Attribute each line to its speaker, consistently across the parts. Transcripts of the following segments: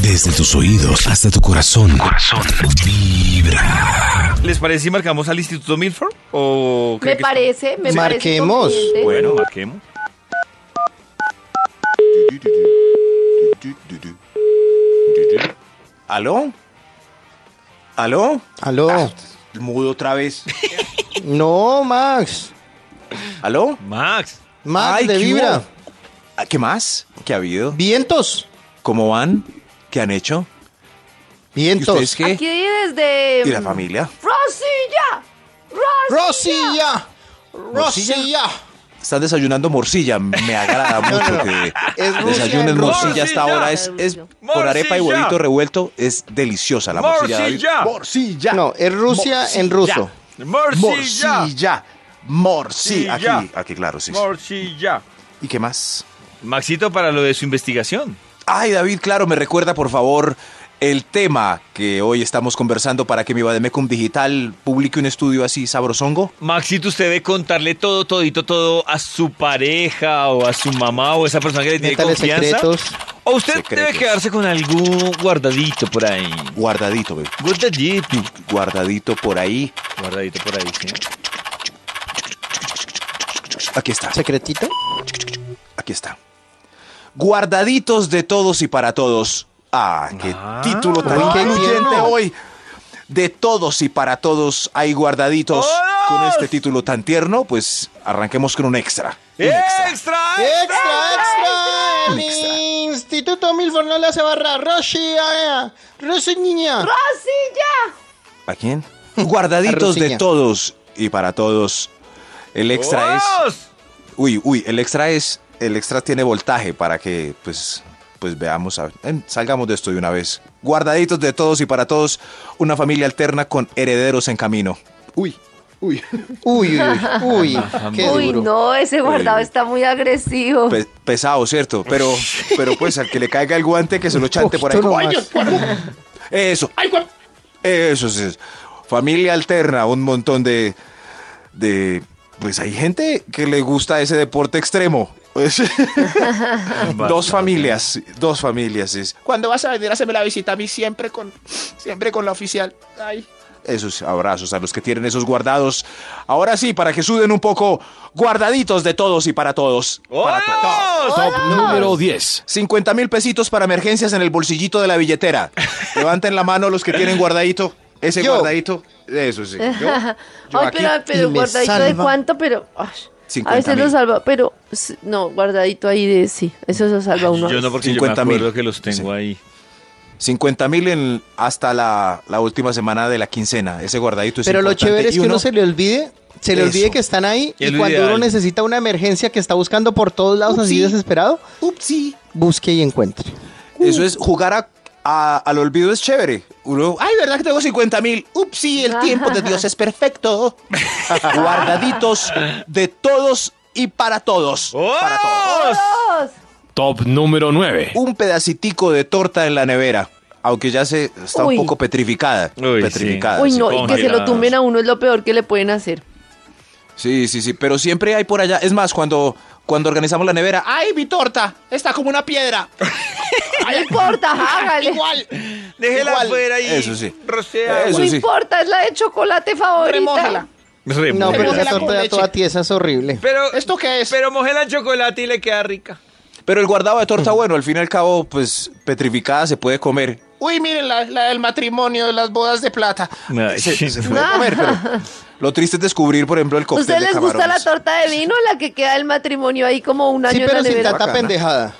Speaker 1: Desde tus oídos hasta tu corazón. Corazón. Vibra.
Speaker 2: ¿Les parece si marcamos al Instituto Milford? ¿O creen
Speaker 3: Me
Speaker 2: que-
Speaker 3: parece, me parece.
Speaker 4: Marquemos.
Speaker 3: conveniente.
Speaker 2: Bueno, marquemos.
Speaker 5: ¿Aló? ¿Aló?
Speaker 4: Aló.
Speaker 5: Mudo otra vez.
Speaker 4: No, Max.
Speaker 5: ¿Aló?
Speaker 2: Max.
Speaker 4: Max
Speaker 5: Ay,
Speaker 4: de
Speaker 5: ¿qué
Speaker 4: Vibra.
Speaker 5: hubo? Ah, ¿Qué más? ¿Qué ha habido?
Speaker 4: Vientos.
Speaker 5: ¿Cómo van? ¿Qué han hecho? ¿Y
Speaker 4: Vientos.
Speaker 5: ustedes qué?
Speaker 3: Aquí em, desde.
Speaker 5: ¿Y la familia?
Speaker 3: ¡Rosilla!
Speaker 4: Rosilla. Rosilla.
Speaker 5: Están desayunando morcilla. Me agrada mucho
Speaker 4: no, no.
Speaker 5: que
Speaker 4: Es Rusia,
Speaker 5: Ah, desayunen
Speaker 4: es
Speaker 5: morcilla hasta
Speaker 2: Rusia.
Speaker 5: ahora. Es, es por arepa y
Speaker 2: Morcilla.
Speaker 5: huevito revuelto. Es deliciosa la morcilla. David.
Speaker 2: ¡Morcilla!
Speaker 5: Morcilla.
Speaker 4: No, es Rusia en ruso.
Speaker 2: ¡Morcilla!
Speaker 5: Morcilla. Morcilla.
Speaker 2: Morcilla.
Speaker 5: Aquí, aquí, claro, sí. sí.
Speaker 2: ¡Morcilla!
Speaker 5: ¿Y qué más?
Speaker 2: Maxito, para lo de su investigación.
Speaker 5: Ay, David, claro, me recuerda, por favor, el tema que hoy estamos conversando para que mi Bademecum Digital publique un estudio así sabrosongo.
Speaker 2: Maxito, usted debe contarle todo, todito, todo a su pareja o a su mamá o a esa persona que le tiene
Speaker 4: Métale
Speaker 2: confianza.
Speaker 4: secretos.
Speaker 2: O usted debe
Speaker 5: Secretos.
Speaker 2: quedarse con algún guardadito por ahí.
Speaker 5: Guardadito, bebé.
Speaker 2: Guardadito.
Speaker 5: Guardadito por ahí.
Speaker 2: Guardadito por ahí, sí.
Speaker 5: Aquí está,
Speaker 4: ¿Secretito?
Speaker 5: aquí está. Guardaditos de todos y para todos. Ah, qué título tan
Speaker 4: Uy, qué
Speaker 5: incluyente
Speaker 4: tierno.
Speaker 5: hoy. De todos y para todos hay guardaditos. Con este título tan tierno, pues arranquemos con un extra. Un extra.
Speaker 4: ¡Extra, extra! El Instituto Milford no le hace barra. Rosilla. Rosilla.
Speaker 3: ¡Rosilla!
Speaker 5: ¿A quién? Guardaditos
Speaker 4: Rosilla.
Speaker 5: de todos y para todos. El extra es.
Speaker 2: ¡Vamos!
Speaker 5: Uy, uy, el extra es. El extra tiene voltaje para que, pues, pues veamos. a- em, salgamos de esto de una vez. Guardaditos de todos y para todos. Una familia alterna con herederos en camino. Uy, uy.
Speaker 4: Uy, uy, uy. Uy, qué
Speaker 3: Uy,
Speaker 4: duro.
Speaker 3: no, ese guardado está muy agresivo.
Speaker 5: Pe- pesado, ¿cierto? Pero, pero pues al que le caiga el guante que se lo chante por ahí.
Speaker 4: Poquito
Speaker 5: como, ¡Ay,
Speaker 4: nomás.
Speaker 5: Dios, guarda! Eso. Eso sí. es. Familia alterna, un montón de, de... Pues hay gente que le gusta ese deporte extremo. Pues, dos familias, dos familias. Es.
Speaker 6: ¿Cuándo vas a venir a hacerme la visita a mí? Siempre con, siempre con la oficial. Ay.
Speaker 5: Esos abrazos a los que tienen esos guardados. Ahora sí, para que suden un poco, guardaditos de todos y para todos. Para
Speaker 2: ¡Oh!
Speaker 5: todos.
Speaker 1: Top número 10.
Speaker 5: 50 mil pesitos para emergencias en el bolsillito de la billetera. Levanten la mano los que tienen guardadito. Ese
Speaker 4: Yo.
Speaker 5: guardadito. Eso sí. Yo, yo
Speaker 3: Ay,
Speaker 5: aquí.
Speaker 3: pero, pero
Speaker 4: y me
Speaker 3: guardadito de
Speaker 4: salva.
Speaker 3: cuánto, pero. ay, a
Speaker 5: 50.000.
Speaker 3: veces lo salva, pero. s- No, guardadito ahí de sí. Eso se salva uno.
Speaker 2: Yo no, porque yo me
Speaker 5: 50.000.
Speaker 2: acuerdo que los tengo ahí.
Speaker 5: 50 mil hasta la, la última semana de la quincena. Ese guardadito es
Speaker 4: Pero lo
Speaker 5: importante.
Speaker 4: chévere es
Speaker 5: Y
Speaker 4: que uno
Speaker 5: uno-
Speaker 4: se le olvide, se le
Speaker 5: Eso.
Speaker 4: olvide que están ahí
Speaker 2: Es
Speaker 4: y
Speaker 2: lo
Speaker 4: cuando uno
Speaker 2: ideal.
Speaker 4: necesita una emergencia que está buscando por todos lados así desesperado, busque y encuentre.
Speaker 5: Eso es jugar a- a- al olvido es chévere. Uno, ay, ¿verdad que tengo 50 mil?
Speaker 6: Upsi, el tiempo de Dios es perfecto.
Speaker 5: Guardaditos de todos y para todos. Para todos.
Speaker 3: ¡Dos!
Speaker 1: Top número 9.
Speaker 5: un pedacitico de torta en la nevera, aunque ya se está
Speaker 3: Uy.
Speaker 5: un poco petrificada.
Speaker 2: Uy,
Speaker 5: petrificada.
Speaker 3: Uy,
Speaker 5: sí.
Speaker 3: no, y que se lo
Speaker 2: congelados.
Speaker 3: tumben a uno es lo peor que le pueden hacer.
Speaker 5: Sí, sí, sí, pero siempre hay por allá. Es más, cuando, cuando organizamos la nevera, ¡ah!
Speaker 6: Ay, mi torta. Está como una piedra.
Speaker 3: No importa, hágale.
Speaker 6: Igual.
Speaker 2: Déjela pues,
Speaker 6: Igual.
Speaker 2: afuera y
Speaker 5: Eso sí.
Speaker 2: rocea.
Speaker 5: Eso
Speaker 3: no
Speaker 5: sí.
Speaker 3: importa, es la de chocolate favorita.
Speaker 6: Remójala.
Speaker 4: No, pero
Speaker 6: Remojela
Speaker 4: esa
Speaker 6: con
Speaker 4: torta ya
Speaker 6: leche.
Speaker 4: toda tiesa es horrible.
Speaker 2: Pero,
Speaker 6: ¿Esto qué es?
Speaker 2: pero mojela en chocolate y le queda rica.
Speaker 5: Pero el guardado de torta, bueno, al fin y al cabo, pues petrificada se puede comer.
Speaker 6: Uy, miren la, la del matrimonio de las bodas de plata.
Speaker 5: Se, se puede comer, pero lo triste es descubrir, por ejemplo, el cóctel
Speaker 3: ¿Usted
Speaker 5: de
Speaker 3: les gusta la
Speaker 5: camarones.
Speaker 3: torta de vino, la que queda del matrimonio ahí como un año en
Speaker 4: Sí,
Speaker 3: la
Speaker 4: pero sin
Speaker 3: nevera?
Speaker 4: tanta
Speaker 5: Bacana.
Speaker 4: pendejada.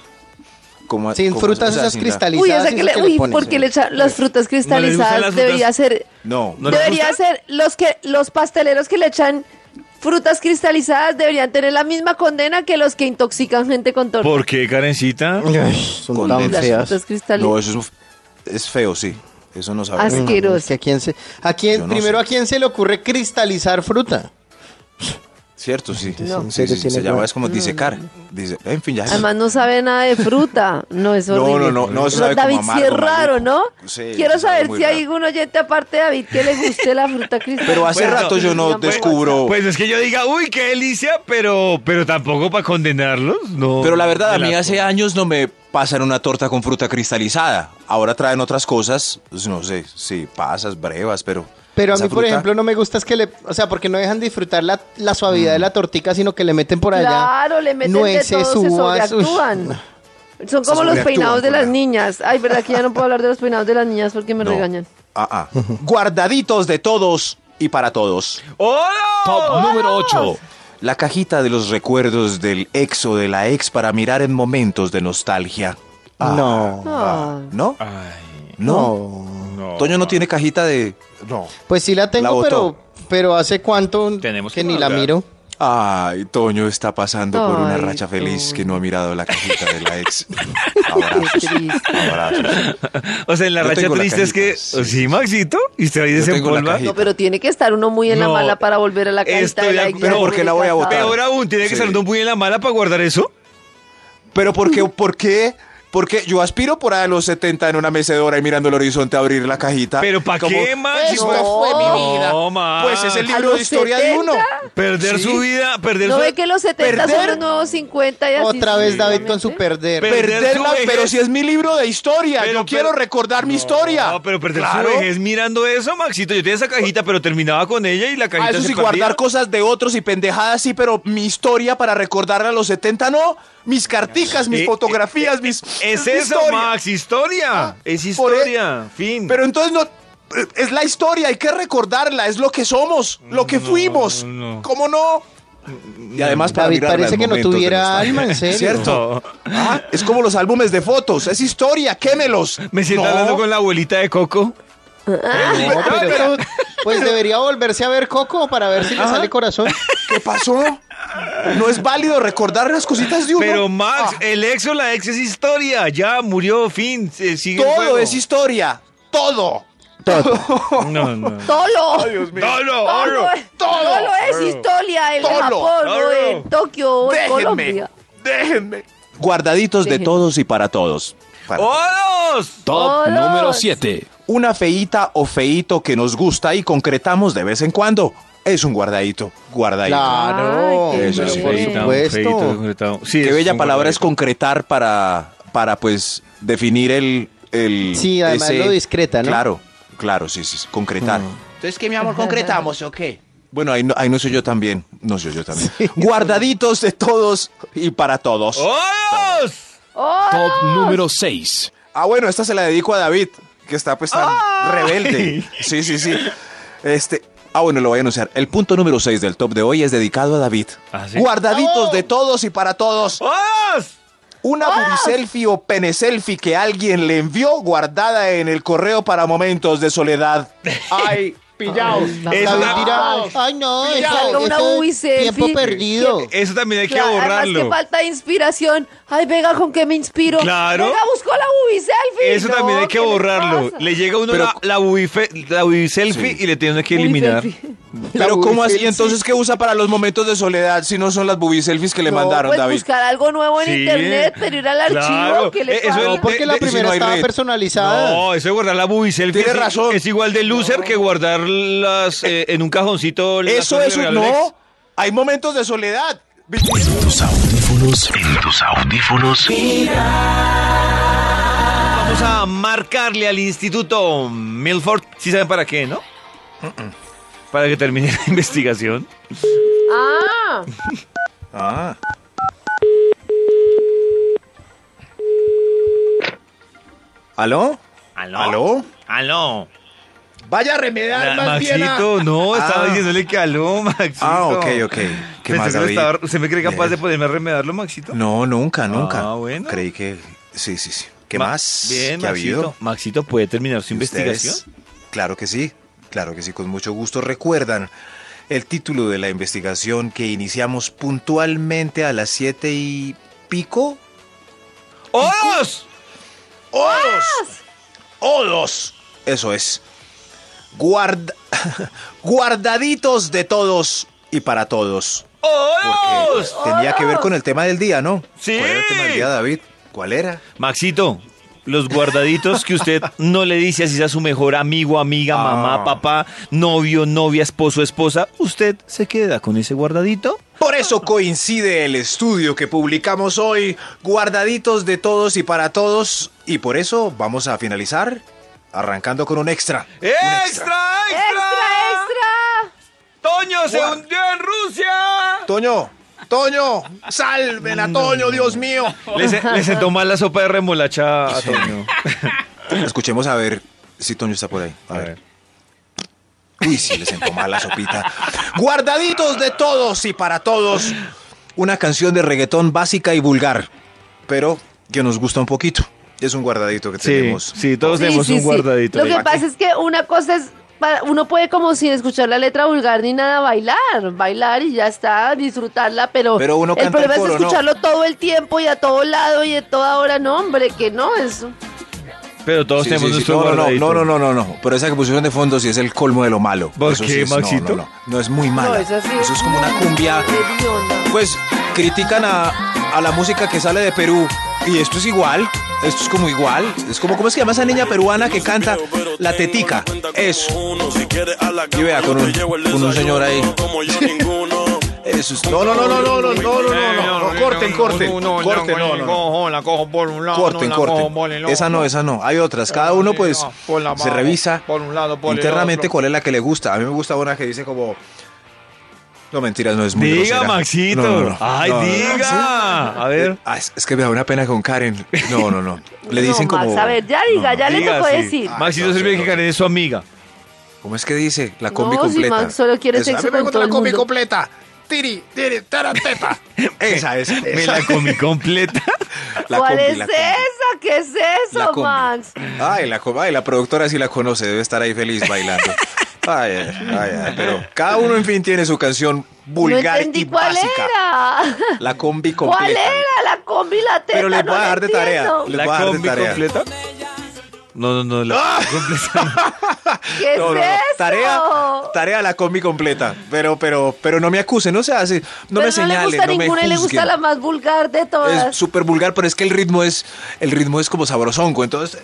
Speaker 5: Como-
Speaker 4: Sin
Speaker 5: como- Ah, o
Speaker 4: frutas
Speaker 5: sea,
Speaker 4: esas
Speaker 5: sin la-
Speaker 3: Uy,
Speaker 4: cristalizadas.
Speaker 3: esa que
Speaker 4: esas
Speaker 3: le,
Speaker 4: que le
Speaker 3: uy,
Speaker 4: ponen.
Speaker 3: porque le echa las frutas
Speaker 2: gustan las
Speaker 3: cristalizadas
Speaker 2: frutas?
Speaker 3: debería ser
Speaker 5: No,
Speaker 2: No,
Speaker 3: debería
Speaker 2: gusta?
Speaker 3: ser los que los pasteleros que le echan frutas cristalizadas deberían tener la misma condena que los que intoxican gente con torta.
Speaker 2: ¿Por qué, Karencita?
Speaker 4: Ay, son
Speaker 5: Con
Speaker 4: tan
Speaker 5: leche.
Speaker 3: las
Speaker 4: feas.
Speaker 3: frutas
Speaker 5: no,
Speaker 3: cristalizadas.
Speaker 5: eso es, un- es feo, sí. Eso no sabe.
Speaker 3: Así- asqueroso.
Speaker 4: Que a quién se, a quién,
Speaker 5: Mm. Yo no
Speaker 4: primero
Speaker 5: sé.
Speaker 4: a quién se le ocurre cristalizar fruta.
Speaker 5: Cierto, sí.
Speaker 4: No.
Speaker 5: Sí, sí,
Speaker 4: Ustedes
Speaker 5: se
Speaker 4: tienen
Speaker 5: llama,
Speaker 4: razón.
Speaker 5: es como disecar. Dice, en fin, ya.
Speaker 3: Mm. Además no sabe nada de fruta, no es
Speaker 5: No,
Speaker 3: horrible.
Speaker 5: no, no, no, eso sabe como
Speaker 3: David sí es
Speaker 5: amargo,
Speaker 3: raro, ¿no?
Speaker 5: maluco. Sí,
Speaker 3: Quiero
Speaker 5: eso sabe
Speaker 3: saber
Speaker 5: muy
Speaker 3: si hay
Speaker 5: raro.
Speaker 3: algún oyente aparte de David que le guste la fruta cristalizada.
Speaker 5: Pero hace
Speaker 2: Bueno,
Speaker 5: rato yo no
Speaker 3: Digan por
Speaker 5: descubro.
Speaker 2: Pues no es que yo diga, uy, qué delicia, pero, pero tampoco para condenarlos. No,
Speaker 5: Pero la verdad, a
Speaker 2: Me
Speaker 5: mí
Speaker 2: la-
Speaker 5: hace años no me pasa en una torta con fruta cristalizada. Ahora traen otras cosas, pues, no sé, sí, pasas, brevas, pero...
Speaker 4: Pero a
Speaker 5: esa
Speaker 4: mí, por
Speaker 5: fruta-
Speaker 4: ejemplo, no me gusta es que le... O sea, porque no dejan disfrutar la, la suavidad
Speaker 5: Mm.
Speaker 4: de la tortica, sino que le meten por allá.
Speaker 3: Claro, le meten de
Speaker 4: nueces,
Speaker 3: todo, se
Speaker 4: uvas, uy.
Speaker 3: sobreactúan. Son como los
Speaker 5: sobreactúan,
Speaker 3: peinados de las
Speaker 5: Juliana.
Speaker 3: niñas. Ay, verdad que ya no puedo hablar de los peinados de las niñas porque me
Speaker 5: No.
Speaker 3: regañan.
Speaker 5: Ah, ah. Guardaditos de todos y para todos.
Speaker 2: ¡Oh!
Speaker 1: número 8.
Speaker 5: La cajita de los recuerdos del ex o de la ex para mirar en momentos de nostalgia. Ah,
Speaker 4: No.
Speaker 5: ah,
Speaker 3: Ah.
Speaker 5: ¿No?
Speaker 2: Ay,
Speaker 5: No.
Speaker 2: no.
Speaker 5: Toño no tiene cajita de... No.
Speaker 4: Pues sí la
Speaker 5: La
Speaker 4: tengo,
Speaker 5: botó.
Speaker 4: pero, pero hace cuánto
Speaker 2: Tenemos
Speaker 4: que
Speaker 2: que
Speaker 4: ni la
Speaker 2: hablar.
Speaker 4: miro.
Speaker 5: Ay, Toño está pasando por una
Speaker 3: Ay,
Speaker 5: racha feliz que
Speaker 3: Toño.
Speaker 5: no ha mirado la cajita de la ex. Abrazos,
Speaker 3: Qué triste.
Speaker 5: abrazos.
Speaker 2: O sea, en la
Speaker 5: Yo
Speaker 2: racha
Speaker 5: tengo la
Speaker 2: triste es que. oh,
Speaker 5: cajita,
Speaker 2: Sí, Maxito. Y usted ahí
Speaker 5: Yo tengo la
Speaker 2: desempolva.
Speaker 5: cajita.
Speaker 3: No, pero tiene que estar uno muy en la
Speaker 2: No,
Speaker 3: mala para volver a la cajita
Speaker 2: estoy
Speaker 3: de
Speaker 2: de
Speaker 3: la
Speaker 2: acu-
Speaker 5: pero ¿por qué la voy a
Speaker 3: botar?
Speaker 5: votar?
Speaker 2: Peor aún, tiene que
Speaker 5: Sí.
Speaker 2: salir un muy en la mala para guardar eso.
Speaker 5: Pero ¿por qué? ¿Por qué? Porque yo aspiro por ahí a los 70 en una mecedora y mirando el horizonte a abrir la cajita.
Speaker 2: Pero ¿para
Speaker 5: Como-
Speaker 2: qué, Max?
Speaker 6: Esto fue mi vida.
Speaker 2: No, Max.
Speaker 6: Pues es el
Speaker 3: ¿A
Speaker 6: libro
Speaker 3: los
Speaker 6: de historia de
Speaker 3: 70?
Speaker 6: uno.
Speaker 2: Perder
Speaker 5: Sí.
Speaker 2: su vida, perder
Speaker 3: No
Speaker 2: su
Speaker 3: ve que los 70 son los nuevos 50 y así.
Speaker 4: Otra vez David
Speaker 3: sucesivamente?
Speaker 4: con su perder.
Speaker 2: Pero- perder
Speaker 5: Perderla,
Speaker 2: su vejez.
Speaker 5: pero si es mi libro de historia.
Speaker 2: Pero
Speaker 5: yo
Speaker 2: per-
Speaker 5: quiero recordar mi historia.
Speaker 2: No, pero perder
Speaker 5: Claro.
Speaker 2: su vejez mirando eso, Maxito. Yo tenía esa cajita, pero terminaba con ella y la cajita
Speaker 5: Ah, eso
Speaker 2: se
Speaker 5: sí,
Speaker 2: perdía.
Speaker 5: guardar cosas de otros y pendejadas sí, pero mi historia para recordarla a los 70 no. Mis carticas, mis
Speaker 2: Eh,
Speaker 5: fotografías, mis.
Speaker 2: Es
Speaker 5: mi
Speaker 2: eso,
Speaker 5: historia.
Speaker 2: Max, historia. es
Speaker 5: por e-
Speaker 2: historia, fin.
Speaker 5: Pero entonces no. eh, Es la historia, hay que recordarla, es lo que somos, lo que
Speaker 2: No,
Speaker 5: fuimos.
Speaker 2: no.
Speaker 5: ¿Cómo no? Y además, para
Speaker 4: David
Speaker 5: mirarla en
Speaker 4: parece que no
Speaker 5: momentos de
Speaker 4: tuviera
Speaker 5: nostalgia.
Speaker 4: alma, en serio.
Speaker 5: ¿Cierto?
Speaker 2: No.
Speaker 5: Ah, es como los álbumes de fotos, es historia, quémelos.
Speaker 2: Me siento
Speaker 5: No.
Speaker 2: hablando con la abuelita de Coco.
Speaker 4: No, pero tú- pues debería volverse a ver Coco para ver si le sale corazón.
Speaker 5: ¿Qué pasó? No es válido recordar las cositas de uno.
Speaker 2: Pero Max,
Speaker 5: Ah,
Speaker 2: el ex o la ex es historia. Ya murió, fin. se- Sigue el
Speaker 5: todo
Speaker 2: juego.
Speaker 5: es historia. Todo.
Speaker 2: No, no.
Speaker 3: ¡Tolo!
Speaker 2: ¡Tolo,
Speaker 3: ¡Tolo!
Speaker 2: oro!
Speaker 3: ¡Tolo es historia! El de
Speaker 5: Tolo.
Speaker 3: Japón, o
Speaker 2: Tolo.
Speaker 3: en Tokio, o en
Speaker 5: Déjenme.
Speaker 3: Colombia.
Speaker 5: Déjenme. Guardaditos de
Speaker 3: Déjenme.
Speaker 5: todos y para todos. Para-
Speaker 2: ¡Oros!
Speaker 1: Top
Speaker 3: Todos.
Speaker 1: número 7.
Speaker 5: Una feíta o feíto que nos gusta y concretamos de vez en cuando. Es un guardadito. Guardadito.
Speaker 4: Claro,
Speaker 3: Ay, qué
Speaker 5: Eso
Speaker 4: pero
Speaker 5: sí,
Speaker 4: por
Speaker 5: feíta,
Speaker 4: supuesto.
Speaker 5: Qué bella palabra es concretar para, para pues, definir el... el
Speaker 4: Sí, además lo discreta, ¿no? Mm.
Speaker 5: Claro, claro, sí, sí, sí, concretar.
Speaker 6: Entonces, ¿qué, mi amor, concretamos o qué?
Speaker 5: Bueno, ahí no, ahí no soy yo también. No soy yo también. Guardaditos de todos y para todos.
Speaker 2: ¡Oros!
Speaker 1: Top
Speaker 3: ¡Tolo!
Speaker 1: número 6.
Speaker 5: Ah, bueno, esta se la dedico a David, que está pues tan rebelde. Sí, sí, sí. Este. Ah, bueno, lo voy a anunciar. El punto número 6 del top de hoy es dedicado a David.
Speaker 2: Ah, ¿sí?
Speaker 5: Guardaditos de todos y para todos.
Speaker 2: ¡Oros!
Speaker 5: Una selfie o pene selfie que alguien le envió guardada en el correo para momentos de soledad. Ah, Ay,
Speaker 6: Pillaos.
Speaker 2: Es
Speaker 4: David
Speaker 2: una-
Speaker 4: dirá, ay no,
Speaker 3: Ya,
Speaker 4: eso,
Speaker 3: una
Speaker 4: eso
Speaker 3: ubi
Speaker 4: es tiempo
Speaker 3: selfie.
Speaker 4: perdido.
Speaker 2: Eso también hay que
Speaker 3: Claro, Además
Speaker 2: borrarlo.
Speaker 3: que falta de inspiración. Ay, venga, ¿con qué me inspiro?
Speaker 2: Claro.
Speaker 3: Venga, busco la ubi selfie.
Speaker 2: Eso también hay que borrarlo. Le llega a uno
Speaker 5: Pero-
Speaker 2: la, la, bubi fe- la bubi selfie y le tiene que eliminar.
Speaker 5: pero ¿cómo así? Entonces, ¿qué usa para los momentos de soledad si no son las booby selfies que le mandaron,
Speaker 3: pues
Speaker 5: David?
Speaker 3: buscar algo nuevo en
Speaker 2: Sí.
Speaker 3: internet, pero ir al archivo.
Speaker 2: Claro.
Speaker 3: ¿qué le
Speaker 2: Eh, eso
Speaker 3: pasa?
Speaker 2: es-
Speaker 4: Porque
Speaker 2: de-
Speaker 4: la
Speaker 2: de- si
Speaker 4: primera
Speaker 5: no hay
Speaker 4: estaba
Speaker 5: red.
Speaker 4: personalizada.
Speaker 2: No, eso de guardar la bubi selfie
Speaker 5: Tiene
Speaker 2: es,
Speaker 5: razón.
Speaker 2: es igual de loser que guardar las eh, en un cajoncito. las
Speaker 5: Eso
Speaker 2: cosas
Speaker 5: es
Speaker 2: que
Speaker 5: un
Speaker 2: regaló el ex.
Speaker 5: no. Hay momentos de soledad.
Speaker 1: En tus audífonos. En tus audífonos.
Speaker 2: Vamos a marcarle al Instituto Milford. ¿Sí saben para qué, no? Para que termine la investigación.
Speaker 3: Ah,
Speaker 5: Ah. ¿Aló?
Speaker 2: ¿Aló?
Speaker 5: ¿Aló?
Speaker 2: ¡Aló!
Speaker 6: Vaya a remedar
Speaker 2: Ma-
Speaker 6: más bien a-
Speaker 2: Maxito, no, estaba
Speaker 5: Ah.
Speaker 2: diciéndole que aló, Maxito.
Speaker 5: Ah, ok, ok. ¿Qué
Speaker 2: Pensé
Speaker 5: más,
Speaker 2: que lo
Speaker 5: David?
Speaker 2: estaba- ¿Se me cree capaz de
Speaker 5: Eh.
Speaker 2: poderme remedarlo, Maxito?
Speaker 5: No, nunca, nunca.
Speaker 2: Ah, bueno.
Speaker 5: Creí que. Sí, sí, sí. ¿Qué
Speaker 2: Ma-
Speaker 5: más?
Speaker 2: Bien,
Speaker 5: ¿Qué ha
Speaker 2: Maxito.
Speaker 5: habido?
Speaker 2: Maxito, ¿puede terminar su
Speaker 5: ¿Y ustedes?
Speaker 2: investigación?
Speaker 5: Claro que sí, claro que sí, con mucho gusto. Recuerdan el título de la investigación que iniciamos puntualmente a las siete y pico.
Speaker 2: ¡Oros!
Speaker 5: ¡Odos! ¡Odos! Eso es. Guarda- Guardaditos de todos y para todos. Porque
Speaker 2: ¡Oros!
Speaker 5: tenía que ver con el tema del día, ¿no?
Speaker 2: Sí.
Speaker 5: ¿Cuál era el tema del día, David? ¿Cuál era?
Speaker 2: Maxito, los guardaditos que usted no le dice así sea su mejor amigo, amiga, mamá,
Speaker 5: Ah.
Speaker 2: papá, novio, novia, esposo, esposa, usted se queda con ese guardadito.
Speaker 5: Por eso coincide el estudio que publicamos hoy, guardaditos de todos y para todos, y por eso vamos a finalizar arrancando con un extra. Un
Speaker 2: ¡Extra, extra!
Speaker 3: ¡Extra,
Speaker 2: ¡Toño se hundió en Rusia!
Speaker 5: Toño, Toño,
Speaker 6: Salven a Toño, Dios mío.
Speaker 2: Le, se- le sentó mal la sopa de remolacha a Ah, Toño.
Speaker 5: escuchemos a ver si Toño está por ahí. A,
Speaker 2: A
Speaker 5: ver.
Speaker 2: ver.
Speaker 5: Uy, si les sentó mal la sopita. Guardaditos de todos y para todos. Una canción de reggaetón básica y vulgar, pero que nos gusta un poquito. Es un guardadito que
Speaker 2: Sí,
Speaker 5: tenemos.
Speaker 2: sí, todos
Speaker 3: Sí,
Speaker 2: tenemos
Speaker 3: sí,
Speaker 2: un
Speaker 3: sí.
Speaker 2: guardadito.
Speaker 3: Lo que pasa es que una cosa es, pa- uno puede como sin escuchar la letra vulgar ni nada bailar, bailar y ya está, disfrutarla, pero,
Speaker 5: Pero uno
Speaker 3: el
Speaker 5: canta
Speaker 3: problema
Speaker 5: el coro,
Speaker 3: es
Speaker 5: ¿no?
Speaker 3: escucharlo todo el tiempo y a todo lado y a toda hora, no hombre, que no, es
Speaker 2: Pero todos
Speaker 5: Sí,
Speaker 2: tenemos
Speaker 5: sí, sí.
Speaker 2: nuestro
Speaker 5: No, no,
Speaker 2: guardadito.
Speaker 5: no, no, no, no, no. Pero esa que pusieron de fondo sí es el colmo de lo malo.
Speaker 2: ¿Por
Speaker 5: Eso
Speaker 2: qué,
Speaker 5: sí es- no,
Speaker 2: Maxito?
Speaker 5: No, no, no, es muy malo.
Speaker 3: No,
Speaker 5: eso,
Speaker 3: esa sí
Speaker 5: es como una
Speaker 3: muy
Speaker 5: cumbia.
Speaker 3: hedionda.
Speaker 5: Pues critican a, a la música que sale de Perú. Y esto es igual. Esto es como igual. Es como, ¿cómo se llama esa niña peruana que canta La Tetica? Eso.
Speaker 7: Y vea, con un, con un señor ahí.
Speaker 5: Eso es.
Speaker 6: No, no, no, no, no, no, no, no, no, no, corten, corten, corten, no, no, no.
Speaker 2: la cojo por un lado,
Speaker 5: Corten, corten. Esa no, esa no. Hay otras. Cada uno, pues,
Speaker 6: por la
Speaker 5: se
Speaker 6: mano,
Speaker 5: revisa
Speaker 6: por un lado, por el
Speaker 5: internamente
Speaker 6: otro.
Speaker 5: cuál es la que le gusta. A mí me gusta una que dice como. No, mentiras, no es muy
Speaker 2: Diga,
Speaker 5: grosera.
Speaker 2: Maxito.
Speaker 5: No, no, no.
Speaker 2: Ay,
Speaker 5: No, no, no.
Speaker 2: diga. A ver.
Speaker 5: Ah, es, es que me da una pena con Karen. No, no, no. Le
Speaker 3: no,
Speaker 5: dicen
Speaker 3: Max,
Speaker 5: como.
Speaker 3: a ver, ya diga, ya le
Speaker 2: Diga,
Speaker 3: tocó
Speaker 2: sí.
Speaker 3: decir.
Speaker 5: Ah,
Speaker 2: Maxito
Speaker 5: no,
Speaker 2: sirve
Speaker 5: sí,
Speaker 2: que
Speaker 5: no.
Speaker 2: Karen es su amiga.
Speaker 5: ¿Cómo es que dice? La combi
Speaker 3: no, si
Speaker 5: completa.
Speaker 3: Max solo quiere
Speaker 5: Esa,
Speaker 3: sexo
Speaker 6: Me
Speaker 3: con
Speaker 6: gusta
Speaker 3: todo
Speaker 6: la
Speaker 3: el
Speaker 6: combi
Speaker 3: mundo.
Speaker 6: completa. Tiri, tiri, tarateta.
Speaker 5: Esa, esa,
Speaker 2: Me la comí completa.
Speaker 5: La
Speaker 3: ¿Cuál
Speaker 5: combi,
Speaker 3: es
Speaker 5: la combi.
Speaker 3: esa? ¿Qué es
Speaker 5: La
Speaker 3: eso,
Speaker 5: combi.
Speaker 3: Max?
Speaker 5: Ay, la, co- ay, la productora sí la conoce, debe estar ahí feliz bailando. Ay, ay, ay, ay, pero cada uno, en fin, tiene su canción vulgar
Speaker 3: no entendí
Speaker 5: y
Speaker 3: cuál
Speaker 5: básica.
Speaker 3: era.
Speaker 5: La combi completa.
Speaker 3: ¿Cuál era? La combi, la teta.
Speaker 5: Pero les
Speaker 3: no
Speaker 5: voy a
Speaker 3: la
Speaker 5: dejar de tarea.
Speaker 3: entiendo.
Speaker 5: Les voy a
Speaker 2: ¿La
Speaker 5: dar de
Speaker 2: combi
Speaker 5: tarea.
Speaker 2: completa? No, no, no, la combi completa.
Speaker 3: ¿Qué es
Speaker 5: No, no, no.
Speaker 3: eso?
Speaker 5: Tarea, tarea la combi completa. Pero, pero, pero no me acusen, no se hace,
Speaker 3: Pero
Speaker 5: no me señalen,
Speaker 3: no le gusta
Speaker 5: no me
Speaker 3: ninguna y le gusta
Speaker 5: juzguen.
Speaker 3: la más vulgar de todas.
Speaker 5: Es súper vulgar, pero es que el ritmo es, el ritmo es como sabrosongo, entonces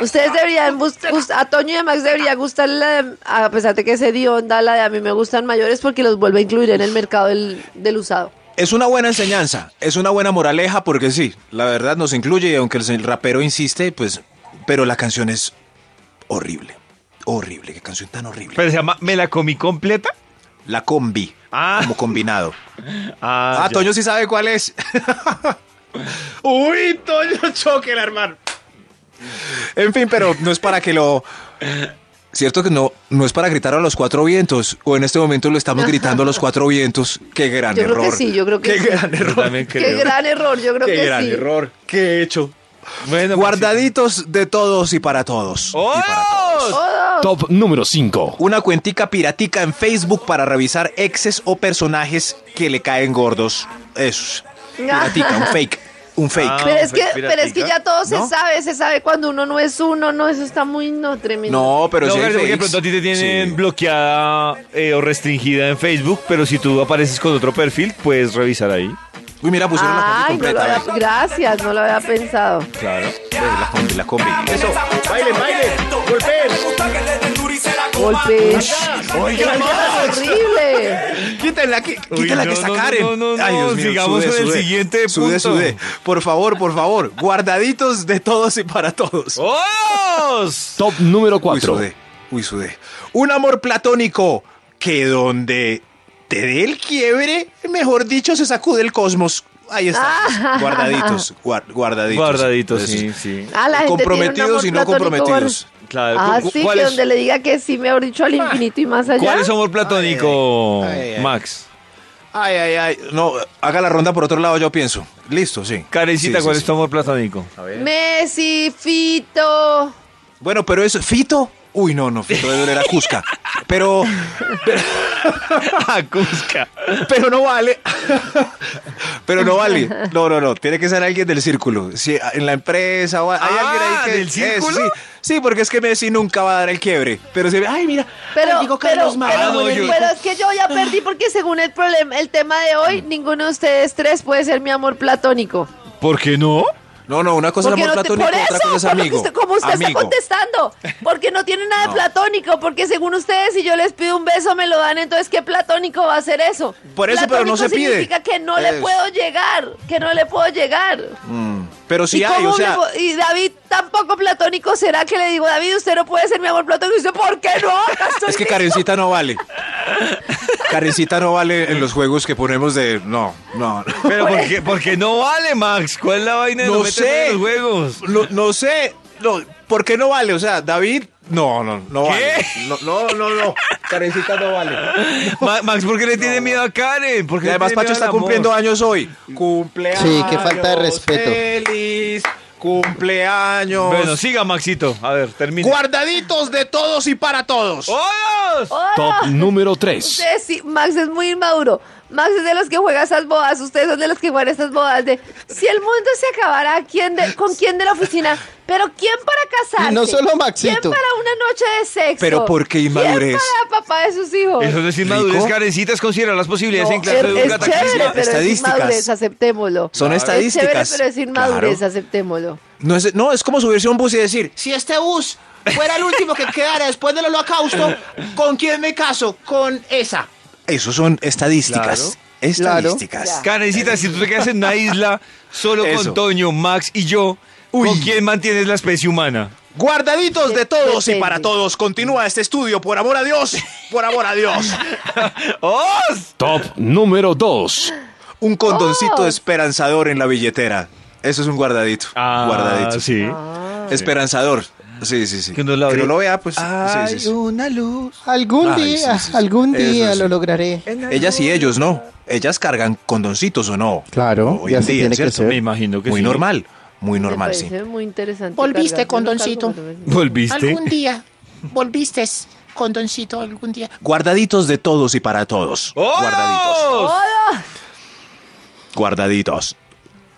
Speaker 3: Ustedes deberían, bus- bus- a Toño y a Max debería gustarle, la de- a pesar de que se dio onda la de a mí me gustan mayores porque los vuelve a incluir en el mercado del, del usado.
Speaker 5: Es una buena enseñanza, es una buena moraleja porque sí, la verdad nos incluye y aunque el se- el rapero insiste, pues, pero la canción es horrible, horrible, qué canción tan horrible.
Speaker 2: Pero se llama ¿Me la comí completa?
Speaker 5: La combi,
Speaker 2: Ah.
Speaker 5: como combinado.
Speaker 2: Ah,
Speaker 5: Ah,
Speaker 2: ya.
Speaker 5: Toño sí sabe cuál es.
Speaker 6: Uy, Toño Choker, hermano.
Speaker 5: en fin, pero no es para que lo... Cierto que no, no es para gritar a los cuatro vientos, o en este momento lo estamos gritando a los cuatro vientos. Qué gran
Speaker 3: Yo creo
Speaker 5: error.
Speaker 3: que sí, yo creo que
Speaker 5: Qué
Speaker 3: sí.
Speaker 5: gran
Speaker 2: Yo
Speaker 5: error.
Speaker 2: también
Speaker 3: Qué
Speaker 2: creo.
Speaker 3: gran error, yo creo
Speaker 5: Qué
Speaker 3: que
Speaker 5: gran
Speaker 3: sí.
Speaker 5: error. Qué hecho. pues
Speaker 2: Bueno,
Speaker 5: Guardaditos de todos y para todos. Y para todos.
Speaker 2: ¡Oh!
Speaker 3: Oh,
Speaker 1: Top número 5.
Speaker 5: Una cuentica piratica en Facebook para revisar exes o personajes que le caen gordos. Eso. Piratica, un fake. Un fake.
Speaker 2: Ah,
Speaker 3: pero, es que,
Speaker 2: piratica.
Speaker 3: pero es que ya todo se
Speaker 5: ¿No?
Speaker 3: sabe, se sabe cuando uno no es uno, no, eso está muy no, tremendo.
Speaker 5: No, pero
Speaker 2: no,
Speaker 5: si hay
Speaker 2: Karen, porque de
Speaker 5: fakes.
Speaker 2: pronto a ti te tienen
Speaker 5: Sí.
Speaker 2: bloqueada eh, o restringida en Facebook, pero si tú apareces con otro perfil, puedes revisar ahí.
Speaker 5: Uy, mira, pusieron la combi
Speaker 3: Ay, no lo
Speaker 5: completa.
Speaker 3: había, gracias, no lo había pensado.
Speaker 5: Claro. La combi, la combi. Eso.
Speaker 6: Bailen, bailen, golpeen.
Speaker 3: Golpe. horrible.
Speaker 5: Quítala, qui-
Speaker 2: Uy,
Speaker 5: quítala
Speaker 2: no,
Speaker 5: que está
Speaker 2: no,
Speaker 5: Karen.
Speaker 2: no, no, no, sigamos con el siguiente
Speaker 5: Sudé,
Speaker 2: punto.
Speaker 5: sudé. Por favor, por favor. Guardaditos de todos y para todos.
Speaker 2: ¡Oh!
Speaker 1: Top número 4.
Speaker 5: Uy, sudé. Uy, sudé. Un amor platónico que donde te dé el quiebre, mejor dicho, se sacude el cosmos. Ahí está.
Speaker 3: Ah.
Speaker 5: Guardaditos, guar- guardaditos.
Speaker 2: Guardaditos, sí,
Speaker 5: Entonces,
Speaker 2: sí.
Speaker 3: Ah, la gente tiene un
Speaker 5: comprometidos y no
Speaker 3: amor platónico,
Speaker 5: comprometidos.
Speaker 2: Claro.
Speaker 3: Ah,
Speaker 2: ¿cu-
Speaker 3: sí,
Speaker 2: cuál
Speaker 3: que
Speaker 2: es-
Speaker 3: donde le diga que sí, mejor dicho, al infinito y más allá.
Speaker 2: ¿Cuál es su amor platónico, Max?
Speaker 5: Ay, ay, ay. No, haga la ronda por otro lado, yo pienso. Listo, sí.
Speaker 2: Karencita,
Speaker 5: Sí, sí,
Speaker 2: ¿cuál
Speaker 5: sí.
Speaker 2: es tu amor platónico?
Speaker 3: Messi, Fito.
Speaker 5: Bueno, pero eso, Fito. Uy, no, no, Fito debe oler a Cusca. Pero,
Speaker 2: Ah, Cusca.
Speaker 5: pero no vale. Pero no vale. No, no, no. Tiene que ser alguien del círculo. Si en la empresa o hay alguien
Speaker 2: Ah,
Speaker 5: ahí que.
Speaker 2: ¿del círculo?
Speaker 5: sí, sí, porque es que Messi nunca va a dar el quiebre. Pero se ve, ay, mira.
Speaker 3: Pero,
Speaker 5: ay, digo
Speaker 3: pero,
Speaker 5: Carlos Mario.
Speaker 3: pero,
Speaker 2: no, yo-
Speaker 3: pero es que yo ya perdí porque según el
Speaker 5: Mm.
Speaker 3: problema, el tema de hoy, ninguno de ustedes tres puede ser mi amor platónico.
Speaker 2: ¿Por qué no?
Speaker 5: No, no, una cosa es
Speaker 3: Porque
Speaker 5: Pues amor
Speaker 3: no te-
Speaker 5: platónico,
Speaker 3: por eso,
Speaker 5: otra cosa es
Speaker 3: por lo que
Speaker 5: amigo.
Speaker 3: usted- como usted está
Speaker 5: amigo.
Speaker 3: contestando, porque no tiene nada de platónico, porque según ustedes, si yo les pido un beso, me lo dan, entonces, ¿qué platónico va a ser eso?
Speaker 5: Por eso, pero
Speaker 3: Platónico
Speaker 5: no se pide.
Speaker 3: significa que no le
Speaker 5: Es-
Speaker 3: puedo llegar, que no le puedo llegar.
Speaker 5: Pero sí
Speaker 3: ¿Y,
Speaker 5: hay,
Speaker 3: cómo
Speaker 5: o
Speaker 3: me
Speaker 5: sea,
Speaker 3: po- y David tampoco platónico será que le digo, David, usted no puede ser mi amor platónico. Y usted, ¿por qué no? Ya estoy
Speaker 5: es que
Speaker 3: listo".
Speaker 5: Karencita no vale. Karencita no vale en los juegos que ponemos de... No, no.
Speaker 2: Pero ¿por qué, por qué no vale, Max? ¿Cuál es la vaina de
Speaker 5: No
Speaker 2: no meterme
Speaker 5: sé.
Speaker 2: en los juegos?
Speaker 5: No, no sé, no, ¿por qué no vale? O sea, David, no, no, no
Speaker 2: ¿Qué?
Speaker 5: vale. No, no, no, no. Karencita no vale.
Speaker 2: Ma- Max, ¿por qué le tiene miedo a Karen? Porque
Speaker 5: Y además Pacho está cumpliendo años hoy. Cumpleaños.
Speaker 4: Sí, qué falta de respeto.
Speaker 5: Feliz cumpleaños.
Speaker 2: Bueno, siga, Maxito. A ver, termina.
Speaker 6: Guardaditos de todos y para todos.
Speaker 2: ¡Hola!
Speaker 3: ¡Oh!
Speaker 1: Top número 3.
Speaker 3: Ustedes sí, Max es muy inmaduro. Max es de los que juega esas bodas. Ustedes son de los que juegan esas bodas de si el mundo se acabara, ¿quién de- ¿con quién de la oficina? Pero ¿quién para casarse?
Speaker 4: Y no solo Maxito.
Speaker 3: ¿Quién para una noche de sexo?
Speaker 5: Pero ¿por qué inmadurez?
Speaker 3: ¿Quién para papá de sus hijos?
Speaker 2: Eso es decir, madurez,
Speaker 5: ¿Rico?
Speaker 2: Karencita es considerar las posibilidades
Speaker 3: No,
Speaker 2: en clase
Speaker 3: es, es
Speaker 2: educativa.
Speaker 3: chévere, pero es
Speaker 5: Estadísticas.
Speaker 3: inmadurez, aceptémoslo.
Speaker 5: Son
Speaker 3: Es chévere,
Speaker 5: estadísticas.
Speaker 3: pero es inmadurez,
Speaker 5: Claro.
Speaker 3: aceptémoslo.
Speaker 5: No, es, no, es como subirse a un bus y decir,
Speaker 6: Si este bus fuera el último que quedara después del holocausto, ¿con quién me caso? Con esa.
Speaker 5: eso son estadísticas. Estadísticas.
Speaker 3: Claro.
Speaker 2: Karencita, si tú te quedas en una isla solo
Speaker 5: Eso.
Speaker 2: con Toño, Max y yo, ¿con quién mantienes la especie humana?
Speaker 5: Guardaditos de todos y
Speaker 3: Depende.
Speaker 5: para todos. Continúa este estudio, por amor a Dios. Por amor a Dios.
Speaker 2: ¡Oh!
Speaker 1: Top número 2.
Speaker 5: Un condoncito
Speaker 3: Oh.
Speaker 5: esperanzador en la billetera. Eso es un guardadito.
Speaker 1: Ah,
Speaker 5: guardadito.
Speaker 2: sí.
Speaker 3: Ah.
Speaker 5: Esperanzador. Sí, sí, sí.
Speaker 2: Que no la
Speaker 5: Que
Speaker 2: abre.
Speaker 5: lo vea, pues. sí, sí, sí.
Speaker 6: una luz.
Speaker 4: Algún
Speaker 5: Ay,
Speaker 4: día,
Speaker 5: sí, sí, sí.
Speaker 4: algún
Speaker 5: Eso,
Speaker 4: día
Speaker 5: eso.
Speaker 4: lo lograré.
Speaker 5: Ellas y ellos, ¿no? Ellas cargan condoncitos o no.
Speaker 4: Claro,
Speaker 5: Hoy
Speaker 4: y
Speaker 5: en
Speaker 4: así
Speaker 5: día,
Speaker 4: tiene que
Speaker 5: ¿cierto?
Speaker 4: ser. Me
Speaker 2: imagino que
Speaker 5: Muy
Speaker 2: sí.
Speaker 5: normal, muy
Speaker 3: Me
Speaker 5: normal, sí.
Speaker 3: parece muy interesante.
Speaker 6: Volviste,
Speaker 3: cargar. Yo no
Speaker 6: condoncito.
Speaker 3: cargo, pero-
Speaker 2: ¿Volviste?
Speaker 6: Algún día. Volviste, condoncito, algún día.
Speaker 5: Guardaditos de todos y para todos.
Speaker 2: ¡Oh!
Speaker 5: Guardaditos.
Speaker 3: ¡Oh, no!
Speaker 5: Guardaditos.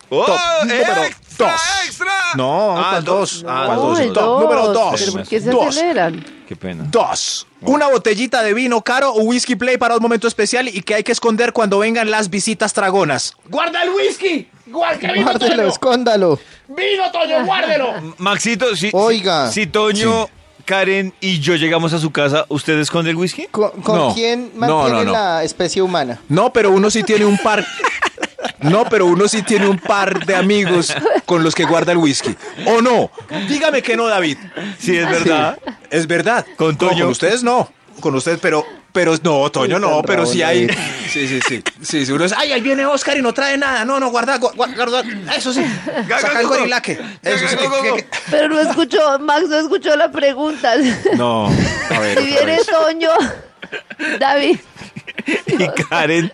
Speaker 2: ¡Oh!
Speaker 5: Top número
Speaker 2: ¡Extra,
Speaker 5: dos.
Speaker 2: extra!
Speaker 5: No,
Speaker 2: ah,
Speaker 5: ¿cuál
Speaker 2: dos.
Speaker 5: dos?
Speaker 2: Ah,
Speaker 5: ¿Cuál
Speaker 2: dos.
Speaker 5: dos?
Speaker 3: el
Speaker 5: Top número dos.
Speaker 3: ¿Pero por qué se
Speaker 5: Dos.
Speaker 3: aceleran?
Speaker 2: Qué pena.
Speaker 5: Dos. Una botellita de vino caro o whisky play para un momento especial y que hay que esconder cuando vengan las visitas tragonas.
Speaker 6: ¡Guarda el whisky! ¡Guarda que vino
Speaker 4: Guárdelo,
Speaker 6: Toño!
Speaker 4: escóndalo.
Speaker 6: ¡Vino Toño, guárdelo!
Speaker 2: Maxito, si,
Speaker 4: Oiga.
Speaker 2: si, si Toño, Karen y yo llegamos a su casa, ¿usted esconde el whisky?
Speaker 4: ¿Con, con
Speaker 5: No,
Speaker 4: quién
Speaker 5: no, no,
Speaker 4: mantiene
Speaker 5: no.
Speaker 4: la especie humana?
Speaker 5: No, pero uno sí tiene un par. No, pero uno sí tiene un par de amigos con los que guarda el whisky. ¿O no? Dígame que no, David.
Speaker 2: Sí, es verdad.
Speaker 5: Sí, es verdad.
Speaker 2: Con
Speaker 5: No,
Speaker 2: Toño.
Speaker 5: con ustedes no. Con ustedes, pero. Pero no, Toño no, pero sí hay. Sí, sí, sí. Sí, sí, uno es, ay, ahí viene Oscar y no trae nada. No, no, guarda, gu- gu- guarda. Eso sí. Saca el gorilaque. Eso sí.
Speaker 3: Pero no escuchó, Max no escuchó la pregunta.
Speaker 5: No. A ver.
Speaker 3: si
Speaker 5: otra
Speaker 3: viene
Speaker 5: vez.
Speaker 3: Toño, David,
Speaker 2: Y Karen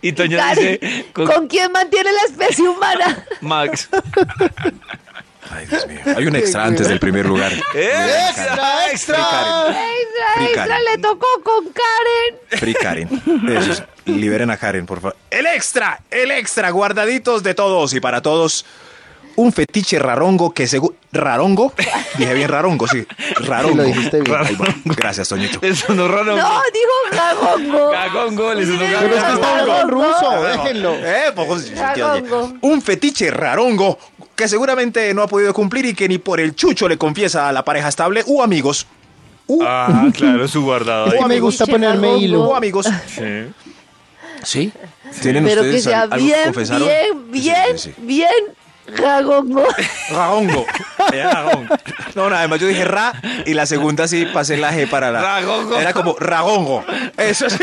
Speaker 2: y Toño
Speaker 3: Karen,
Speaker 2: dice,
Speaker 3: ¿con,
Speaker 2: con-
Speaker 3: quién mantiene la especie humana?
Speaker 2: Max.
Speaker 5: Ay, Dios mío. Hay un extra antes del primer lugar.
Speaker 2: ¡Extra, extra!
Speaker 3: Extra,
Speaker 5: Free
Speaker 3: extra,
Speaker 5: Karen.
Speaker 3: le tocó con Karen.
Speaker 5: Free Karen. Eso es. Liberen a Karen, por favor. El extra, el extra, guardaditos de todos y para todos. Un fetiche rarongo que según... ¿Rarongo? Dije bien rarongo, sí. Rarongo.
Speaker 4: Sí, lo dijiste bien.
Speaker 5: Ahí va. Gracias, Toñito.
Speaker 2: Eso no raro.
Speaker 3: No, dijo Gagongo.
Speaker 2: Gagongo, le sonó
Speaker 3: Pero
Speaker 4: Pero es que
Speaker 2: Gagongo.
Speaker 4: está hablando en ruso,
Speaker 5: Rarongo.
Speaker 4: déjenlo.
Speaker 5: Eh, poco-
Speaker 3: Rarongo.
Speaker 5: Un fetiche rarongo que seguramente no ha podido cumplir y que ni por el chucho le confiesa a la pareja estable u amigos. U,
Speaker 2: Ah, claro, su guardado.
Speaker 4: Es que me
Speaker 5: amigos,
Speaker 4: gusta ponerme
Speaker 3: Gagongo.
Speaker 5: u
Speaker 4: hilo.
Speaker 5: amigos.
Speaker 2: Sí.
Speaker 5: Sí. ¿Tienen
Speaker 3: Pero que
Speaker 5: ustedes
Speaker 3: sea
Speaker 5: al- algo que
Speaker 3: bien,
Speaker 5: confesaron?
Speaker 3: bien,
Speaker 5: Sí, sí,
Speaker 3: bien,
Speaker 5: sí.
Speaker 3: bien Gagongo.
Speaker 5: Ragongo. Era ragón. No, no, además yo dije ra y la segunda sí pasé la G para la.
Speaker 2: Ragongo.
Speaker 5: Era como ragongo. Eso sí.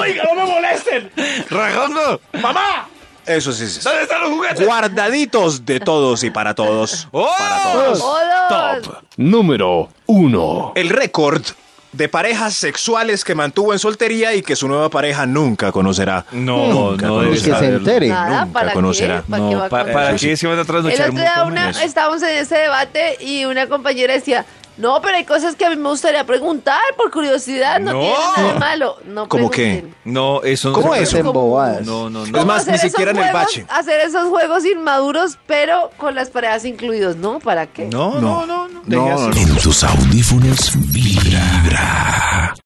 Speaker 6: ¡Oiga, no me molesten!
Speaker 2: ¡Ragongo!
Speaker 6: ¡Mamá!
Speaker 5: Eso sí, sí. sí.
Speaker 2: ¿Dónde están los juguetes?
Speaker 5: Guardaditos de todos y para todos.
Speaker 2: ¡Oh!
Speaker 5: Para todos.
Speaker 3: ¡Hola!
Speaker 1: Número 1.
Speaker 5: El récord de parejas sexuales que mantuvo en soltería y que su nueva pareja nunca conocerá.
Speaker 2: No,
Speaker 5: Nunca
Speaker 2: no,
Speaker 5: conocerá.
Speaker 4: Y que se entere.
Speaker 3: Nada,
Speaker 5: Nunca
Speaker 3: ¿para qué?
Speaker 5: conocerá.
Speaker 3: ¿Para qué va a
Speaker 2: ¿Para,
Speaker 3: conocer?
Speaker 2: para qué se van a
Speaker 3: El
Speaker 2: trasnochar
Speaker 3: otro día
Speaker 2: mucho
Speaker 3: una-
Speaker 2: más?
Speaker 3: estábamos en ese debate y una compañera decía, no, pero hay cosas que a mí me gustaría preguntar por curiosidad, no,
Speaker 2: No.
Speaker 3: tiene nada de malo. No
Speaker 5: ¿Cómo
Speaker 3: pregunten.
Speaker 2: No, eso no.
Speaker 5: ¿Cómo
Speaker 2: se
Speaker 5: eso?
Speaker 4: Hacen bobadas.
Speaker 2: No, no, no.
Speaker 5: Es
Speaker 3: ¿Cómo
Speaker 5: más,
Speaker 3: hacer
Speaker 5: ni
Speaker 3: esos
Speaker 5: siquiera en el
Speaker 3: juegos-
Speaker 5: bache.
Speaker 3: Hacer esos juegos inmaduros, pero con las parejas incluidos, ¿no? ¿Para qué?
Speaker 2: No, no, no. no.
Speaker 5: No, no, no.
Speaker 1: En tus audífonos vibra.